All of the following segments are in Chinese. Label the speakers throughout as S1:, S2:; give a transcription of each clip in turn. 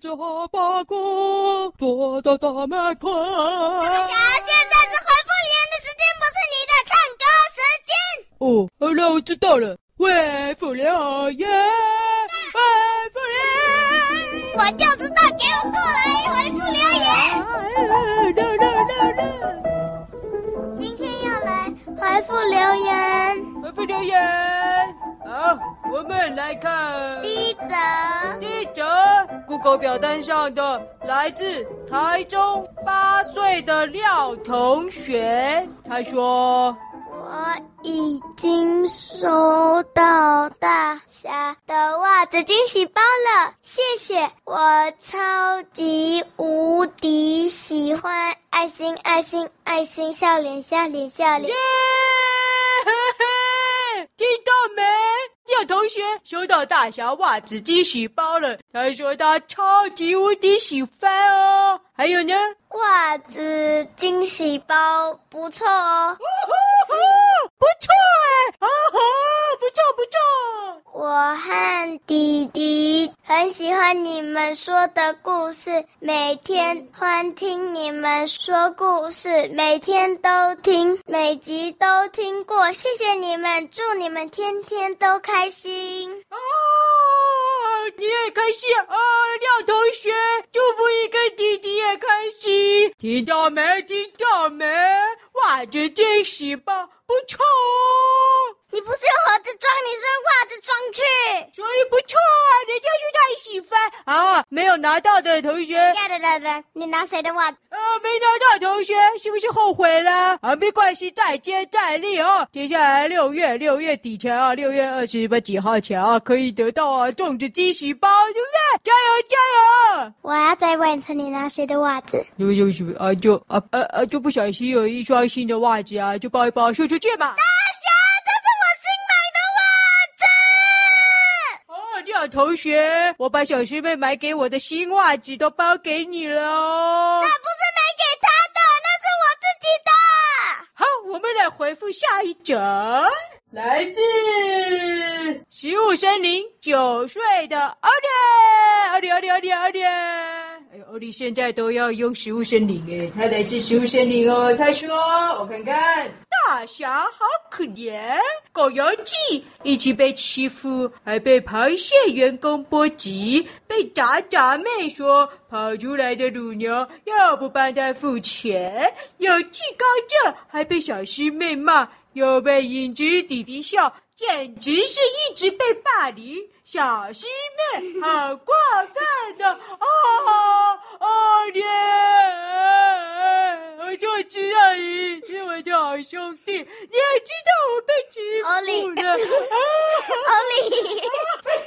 S1: 잡아고 도도도매 콩
S2: 现在是回复留言的时间，不是你的唱歌时间。
S1: 哦，好了，我知道了。喂，福联好耶！喂，福联！
S2: 我就知道，给我过来回复留言。
S1: 啊，热热热热！
S2: 今天要来回复留言，
S1: 回复留言。好，我们来看
S2: 第一则，
S1: 第一则 Google 表单上的来自台中八岁的廖同学，他说。
S2: 我已经收到大侠的袜子惊喜包了，谢谢！我超级无敌喜欢，爱心爱心爱心，笑脸笑脸笑脸
S1: 耶。！听到没？廖同学收到大侠袜子惊喜包了，他说他超级无敌喜欢哦。还有呢？
S2: 袜子惊喜包不错哦，
S1: 不错哎，啊哈，不错不错。
S2: 我和弟弟很喜欢你们说的故事，每天欢听你们说故事，每天都听，每集都听过，谢谢你们，祝你们天天都开心。
S1: 啊，你也开心啊，廖同学，祝福你跟弟弟也开心。听到没？听到没？袜子惊喜包不错哦。
S2: 你不是用盒子装，你是用袜子装去。
S1: 所以不错啊，人家就太喜欢啊！没有拿到的同学，
S2: 呀哒哒哒，你拿谁的袜子？
S1: 啊，没拿到的同学，是不是后悔了？啊，没关系，再接再厉哦。接下来六月六月底前啊，六月二十不几号前啊，可以得到啊粽子惊喜包，对不对？加油加油！
S2: 我要再问一次，你拿谁的袜子？
S1: 因为就是啊，就啊啊啊，就不小心有一双新的袜子啊，就抱一抱送出去吧。
S2: 这是我新买的
S1: 哦，廖
S2: 袜子。
S1: 同学，我把小师妹买给我的新袜子都包给你了哦。
S2: 那不是买给他的，那是我
S1: 好，
S2: 自己的。
S1: 我们来回复下一则，来自食物森林九岁的奥利，奥利，奥利，奥利，奥利。哎呦，奥利现在都要用食物森林哎，他来自食物森林哦。他说：“我看看，大侠好可怜，狗游记一直被欺负，还被螃蟹员工波及，被渣渣妹说跑出来的乳牛要不帮他付钱，有惧高症，还被小师妹骂，又被影子弟弟笑，简直是一直被霸凌。小师妹好过分的，哦哦耶！我就知道你是我的好兄弟，你也知道我被欺负了，啊！
S2: 欧 丽，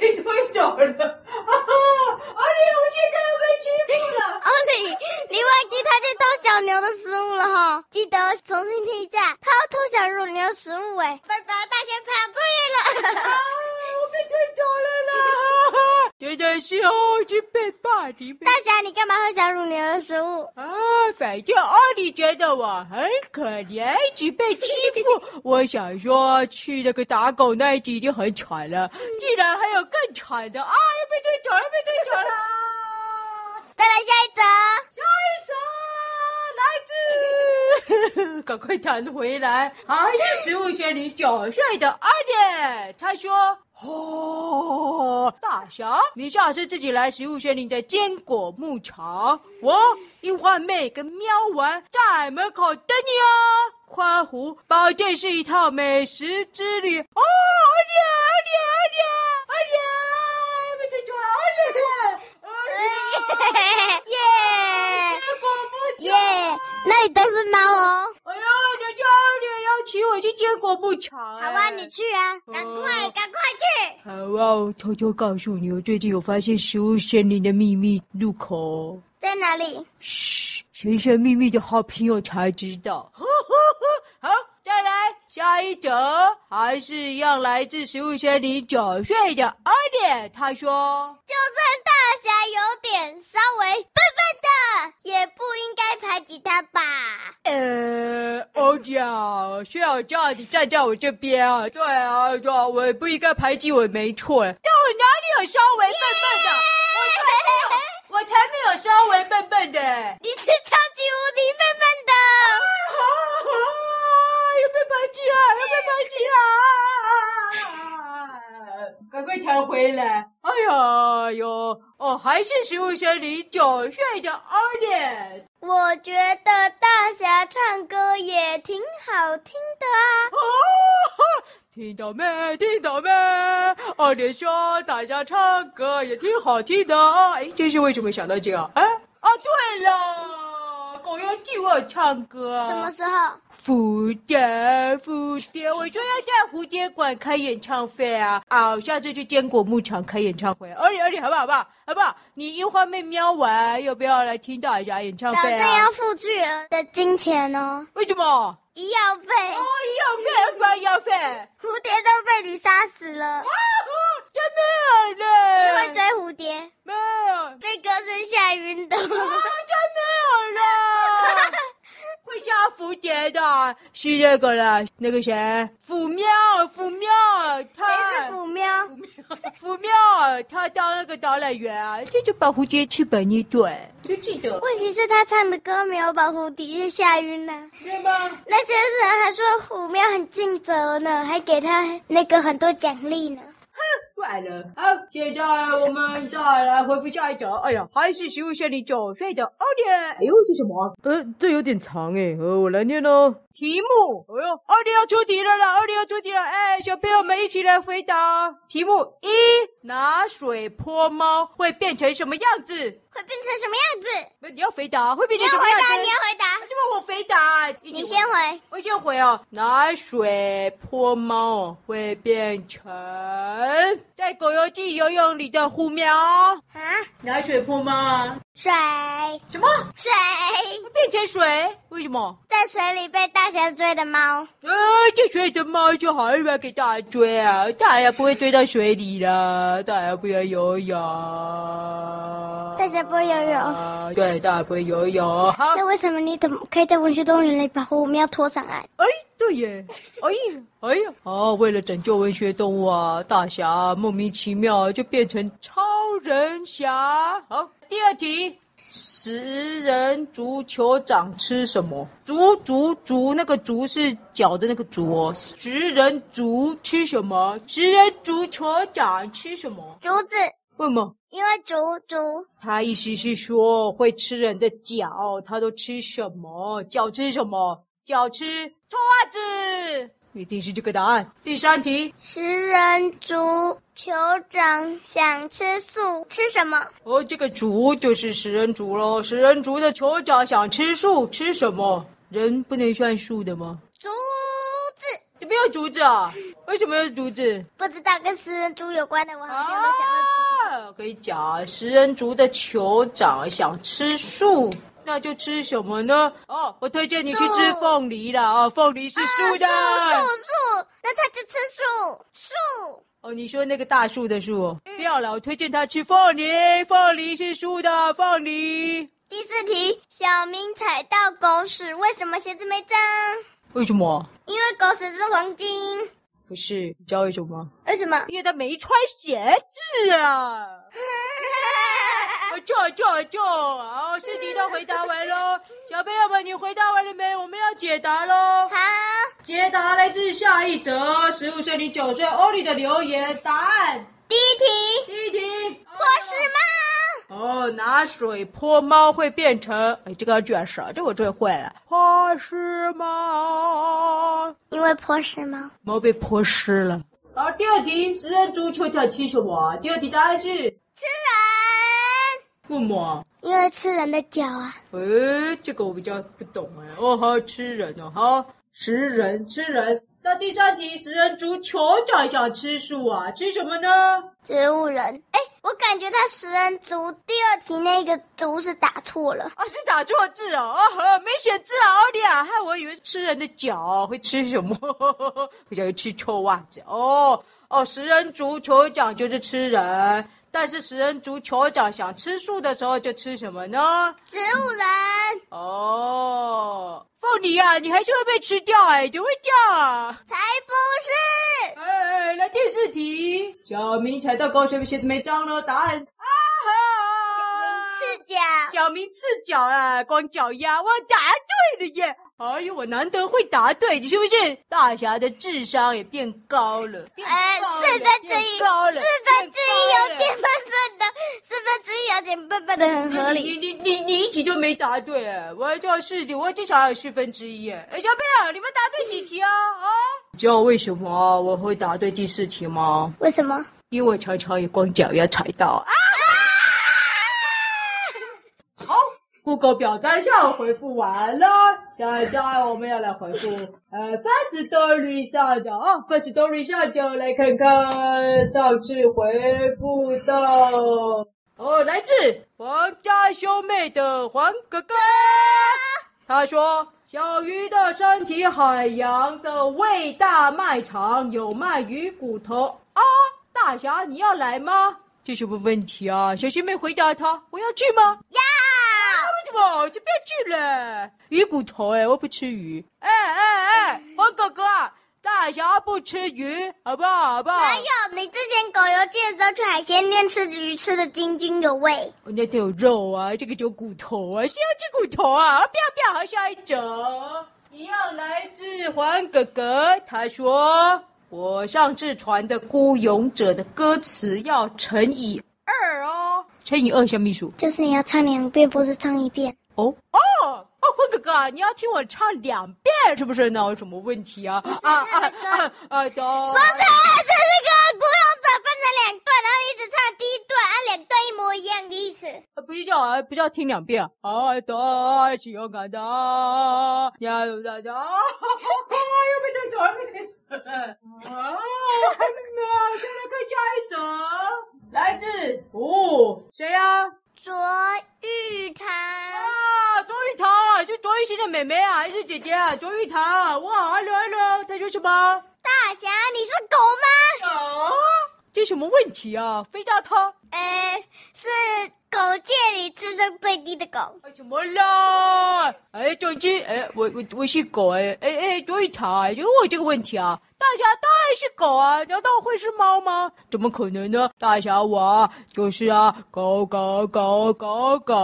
S1: 被推倒了，啊！阿丽，我现在要被欺负了。
S2: 欧丽，你忘记他去偷小牛的食物了哈？记得重新听一下，他要偷小乳牛食物哎。爸爸，大仙判作
S1: 啊！
S2: 业了。
S1: 我被推倒了啦！真的是哦，是被霸凌。
S2: 大侠，你干嘛喝小乳牛的食物？
S1: 啊，反正阿丽觉得我很可怜，一直被欺负。我想说，去那个打狗那一集已经很惨了，竟然还有更惨的啊！又被推倒了，被推倒了。
S2: 再来下一则，
S1: 下一则 来自，赶快弹回来，还是食物学里九岁的阿点，他说。哦，大侠，你下次自己来食物森林的坚果牧场，我樱花妹跟喵丸在门口等你哦。夸湖保证是一套美食之旅。哦，阿点，阿点，阿点，阿点，被推出来，阿点，阿点。
S2: 耶
S1: 结果不
S2: 耶，那里都是猫哦。
S1: 哎呀，人家二点要请我去坚果不长、
S2: 好吧，你。去啊，赶快赶快去。
S1: 好啊，我偷偷告诉你，我最近有发现食物森林的秘密入口。
S2: 在哪里？
S1: 嘘，神神秘秘的好朋友才知道。好，再来下一则，还是一样来自食物森林九岁的二点，他说。
S2: 就算大侠有点稍微笨笨的，也不应该排挤他吧？
S1: 呃，欧啊脚，虽然我知道你站在我这边啊，对啊，对啊，我不应该排挤我，没错。但我哪里有稍微笨笨的？我才没有，我才我稍微笨笨的。啊
S2: 你是超级无敌笨笨的，
S1: 啊！又被绑起来，又被绑起来！啊赶快弹回来！哎呀哟，哦，还是食物森林九岁的阿脸。
S2: 我觉得大侠唱歌也挺好听的啊。
S1: 哦，听到没？听到没？二连说大家唱歌也挺好听的啊！哎，这是为什么想到这个？哎，啊，对了，狗要替我唱歌。
S2: 啊什么？时候？
S1: 蝴蝶，蝴蝶，我说要在蝴蝶馆开演唱会啊！啊，我下次去坚果牧场开演唱会。二连，二连，好不好？好不好？好不好？你樱花妹喵完，要不要来听大侠演唱
S2: 打
S1: 会
S2: 算
S1: 啊
S2: 要？付巨额的金钱哦，
S1: 为什么？
S2: 医药费，
S1: 哦，要费，不要费。
S2: 蝴蝶都被你杀死了，
S1: 真没有
S2: 你
S1: 了，
S2: 会追蝴蝶，
S1: 没有，啊，
S2: 被歌声吓晕的。
S1: 真没有了，会杀蝴蝶的是那个了，那个谁，腐喵，腐喵，
S2: 谁
S1: 他
S2: 是腐喵？
S1: 腐喵，腐喵，他当那个导览员啊，这就把蝴蝶翅膀捏断，就记得
S2: 问题是他唱的歌没有把蝴蝶吓晕呢。
S1: 对吗？
S2: 那些人还说虎喵很尽责呢，还给他那个很多奖励呢。
S1: 算了，好，现在我们再来回复下一条。哎呀，还是食物线里九岁的二点。哎呦，这什么？呃，这有点长哎，呃，我来念喽。题目，哎呦，二点要出题了啦，二点要出题了，哎，小朋友们一起来回答。题目一，拿水泼猫会变成什么样子？
S2: 会变成什么样子？
S1: 那你要回答，会变
S2: 你
S1: 成什
S2: 要
S1: 么
S2: 回
S1: 样
S2: 答，
S1: 子？
S2: 你要回答
S1: 为，什么我回答？哎一起
S2: 你先回。
S1: 我先回哦，拿水泼猫会变成在《狗游记》游泳里的虎苗。
S2: 啊，
S1: 拿水泼猫啊？
S2: 水
S1: 什么？
S2: 水
S1: 会变成水？为什么？
S2: 在水里被大侠追的猫，
S1: 呃，这水里的猫就好像要给大家追啊，大家不会追到水里啦，大家不要游泳。
S2: 大家不会游泳。
S1: 啊，对，大家不会游泳。好，
S2: 那为什么你怎么可以在文学动园里把虎喵拖上来？
S1: 哎，对耶！哎呀，哎呀，哦，为了拯救文学动物啊，大侠莫名其妙就变成超人侠。好，第二题，十人足球长吃什么？足足足，那个足是脚的那个足哦。十人足吃什么？十人足球长吃什么？
S2: 竹子，
S1: 为什么？
S2: 因为竹竹
S1: 他意思是说，会吃人的脚，他都吃什么？脚吃什么？脚吃兔袜子，一定是这个答案。第三题，
S2: 食人族酋长想吃素，吃什么？
S1: 哦，这个竹就是食人竹喽。食人竹的酋长想吃树，吃什么？人不能算树的吗？
S2: 竹子，
S1: 这边有竹子啊？为什么有竹子？
S2: 不知道跟食人族有关的，我好像没想到。
S1: 啊，可以讲啊，食人族的酋长想吃树，那就吃什么呢？哦，我推荐你去吃
S2: 树
S1: 凤梨啦，啊，凤梨是树的。
S2: 树树树，那它就吃树树。
S1: 哦，你说那个大树的树哦，不要了，我推荐他吃凤梨，凤梨是树的凤梨。
S2: 第四题，小明踩到狗屎，为什么鞋子没脏？
S1: 为什么？
S2: 因为狗屎是黄金。
S1: 不是，你知道为什么吗？
S2: 为什么？
S1: 因为他没穿鞋子啊！啊，就就就，好，试题都回答完喽，小朋友们，你回答完了没？我们要解答喽。
S2: 好，
S1: 解答来自下一则十五岁零九岁欧里的留言，答案
S2: 第一题，
S1: 第一题。
S2: 我是
S1: 哦，拿水泼猫会变成，哎，这个要卷舌，这我最会了。泼湿猫，
S2: 猫，因为泼屎猫，
S1: 猫被泼湿了。然后第二题，食人族酋长吃什么？啊第二题答案是
S2: 吃人，
S1: 木马。
S2: 因为吃人的脚啊。
S1: 诶，哎这个我比较不懂哎。哦，好吃人哦，好食人吃人。那第三题，食人族酋长想吃树啊，吃什么呢？
S2: 植物人，哎，我感觉他食人族第二题那个族是打错了。
S1: 啊，是打错字哦，哦呵，没选字啊，奥利啊，害我以为吃人的脚会吃什么， 比较会吃臭袜子哦哦，食人族酋长就是吃人，但是食人族酋长想吃素的时候就吃什么呢？
S2: 植物人
S1: 哦，凤梨啊，你还是会被吃掉哎，怎么会这样啊？
S2: 才不是，
S1: 哎，来第四题，小明踩到狗，水，鞋子没脏了？答案啊哈，
S2: 明赤脚。
S1: 小明赤脚啦，光脚丫，我答对了耶！哎呦，我难得会答对，你是不是？大侠的智商也变高了，变
S2: 呃，
S1: 高了
S2: 四分之
S1: 变
S2: 一，呃
S1: 高了
S2: 四分之一有
S1: 变高了
S2: 点笨笨的，四分之一有点笨笨的，很合理。
S1: 你你你你一题就没答对哎，我就是你，我至少还有四分之一哎。哎，小贝尔，你们答对几题啊？啊？你知道为什么我会答对第四题吗？
S2: 为什么？
S1: 因为我常常也光脚丫踩到啊。好，Google 表单上回复完了，现在我们要来回复呃 First Story 上的啊，First Story 上的，来看看上次回复的哦，来自皇家兄妹的黄哥哥。他说：“小鱼的身体，海洋的味大卖场有卖鱼骨头啊！大侠，你要来吗？这什么问题啊？小师妹回答他：我要去吗？
S2: 呀！
S1: 为什么？我就不要去了。鱼骨头、哎，我不吃鱼。哎哎哎，黄哥哥啊，大侠不吃鱼，好不好？好不好？
S2: 还有，哎你之前狗游记的时候去海鲜店吃鱼，吃的津津有味。
S1: 我那都有肉啊，这个有骨头啊，谁要吃骨头啊？啊不要不要，好下一种。一样来自黄哥哥，他说：“我上次传的《孤勇者》的歌词要乘以二哦，乘以二，小秘书。
S2: 就是你要唱两遍，不是唱一遍。
S1: 哦哦哦，黄哥哥，你要听我唱两遍是不是呢？有什么问题啊？啊啊啊啊！懂
S2: 不。是，是那个孤勇者分成两段，然后一直唱第一段，啊，两段一模一样的意思。
S1: 啊不叫啊，不叫听两遍啊！爱的爱是勇敢的，呀有大家，啊又被唱错，又被唱错了。啊，再来看下一则，来自哦谁呀、啊？
S2: 卓玉堂，
S1: 啊，卓玉堂啊，是卓玉婷的妹妹啊，还是姐姐啊？卓玉堂啊，哇，hello hello，她说什么？
S2: 大侠，你是狗吗？
S1: 啊，这什么问题啊？非到她。
S2: 呃，是狗界里智商最低的狗。
S1: 哎，怎么啦？哎，总之，哎，我我我是狗哎哎哎，所以他就问我这个问题啊。大侠当然是狗啊，难道会是猫吗？怎么可能呢？大侠我啊就是啊，狗狗狗狗狗。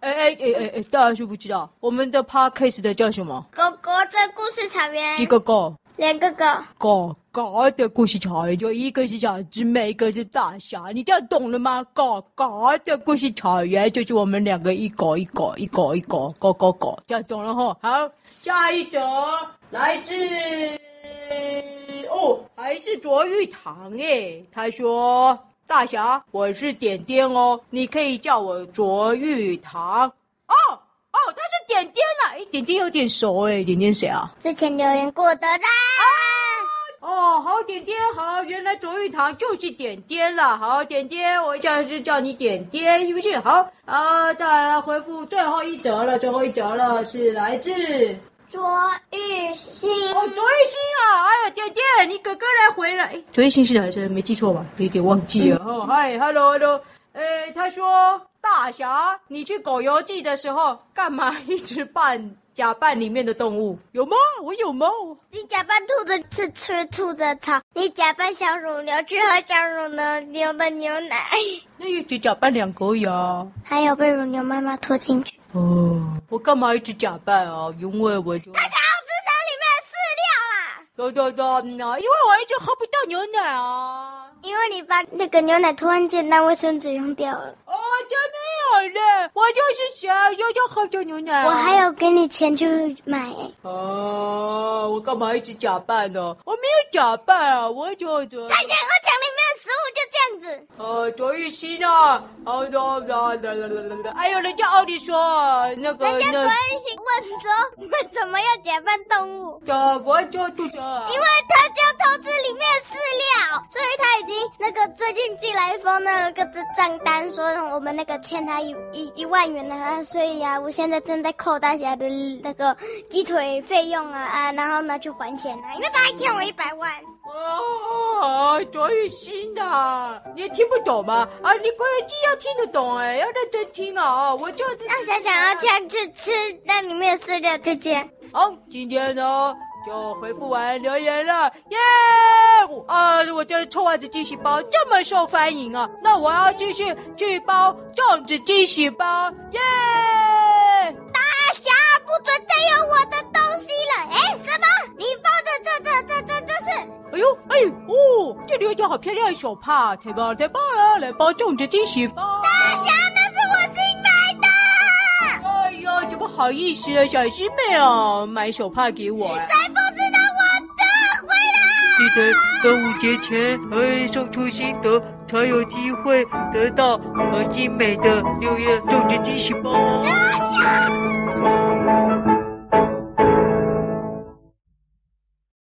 S1: 哎哎哎哎哎，大家是不知道我们的 podcast 的叫什么？
S2: 狗狗的故事草原
S1: 一，个狗
S2: 两个狗。
S1: 狗狗的故事草原，就一个是小智妹，一个是大侠，你这样懂了吗？狗狗的故事草原就是我们两个一狗一狗一狗一狗狗狗狗，这样懂了吼。好，下一则来自哦，还是卓玉堂诶，他说。大侠，我是点点哦，你可以叫我卓玉堂哦哦，他是点点啦，哎，点点有点熟哎，点点谁啊？
S2: 之前留言过的啦。
S1: 哦，好点点好，原来卓玉堂就是点点了。好点点，我下次叫你点点，是不是？好啊，再来回复最后一折了，最后一折了，是来自哦
S2: 卓玉兴，
S1: 卓玉兴啊！哎呀，点点，你哥哥来回了。哎，卓玉兴是男生，没记错吧？有点忘记了。哦，嗨，hello hello，哎，他说大侠，你去狗游记的时候干嘛一直扮假扮里面的动物？有吗？我有吗？
S2: 你假扮兔子去吃兔子草，你假扮小乳牛去喝小乳牛牛的牛奶，
S1: 那也只假扮两个呀。
S2: 还有被乳牛妈妈拖进去。
S1: 哦，我干嘛一直假扮啊？因为我就
S2: 想要吃它里面的饲料啦，
S1: 对对对嗯啊，因为我一直喝不到牛奶啊。
S2: 因为你把那个牛奶突然间当卫生纸用掉了。
S1: 哦，真没有嘞，我就是想要要喝到牛奶、啊。
S2: 我还有给你钱去买、欸，
S1: 哦，我干嘛一直假扮呢？我没有假扮啊，我就就
S2: 他想要抢里面的食物，就这样子。
S1: 呃卓玉欣啊，哦啦啦啦啦啦啦，还有人家奥利说那个
S2: 人家卓
S1: 那
S2: 玉兴问说，为什么要假扮动物？
S1: 个我就肚子饿啊。
S2: 因为他就偷吃里面的饲料，所以他已经那个最近寄来一封那个账单，说我们那个欠他一一一万元的啊，所以啊，我现在正在扣大侠的那个鸡腿费用啊啊，然后呢去还钱啊，因为他还欠我一百万。
S1: 哦，卓玉欣呐，你听不懂吗？啊，你关键机要听得懂哎，要认真听啊！哦我就是
S2: 大侠想要这样去吃那里面的饲料，就这样。
S1: 好，今天呢，就回复完留言了，耶！我呃，我这臭袜子惊喜包这么受欢迎啊，那我要继续去包粽子惊喜包，耶！
S2: 大侠不准再用我的东西了！哎，什么？你包的这这这这这是？
S1: 哎呦，哎呦，哦，这里有一条好漂亮的手帕，太棒了，太棒了，来包粽子惊喜包！
S2: 大侠，那是我新买的，
S1: 哎呦，怎么好意思啊，小师妹哦，买手帕给我啊。
S2: 才不知道我的回来。
S1: 记得端午节前哎送出心得，才有机会得到呃精美的六月种植惊喜包哦。
S2: 大侠，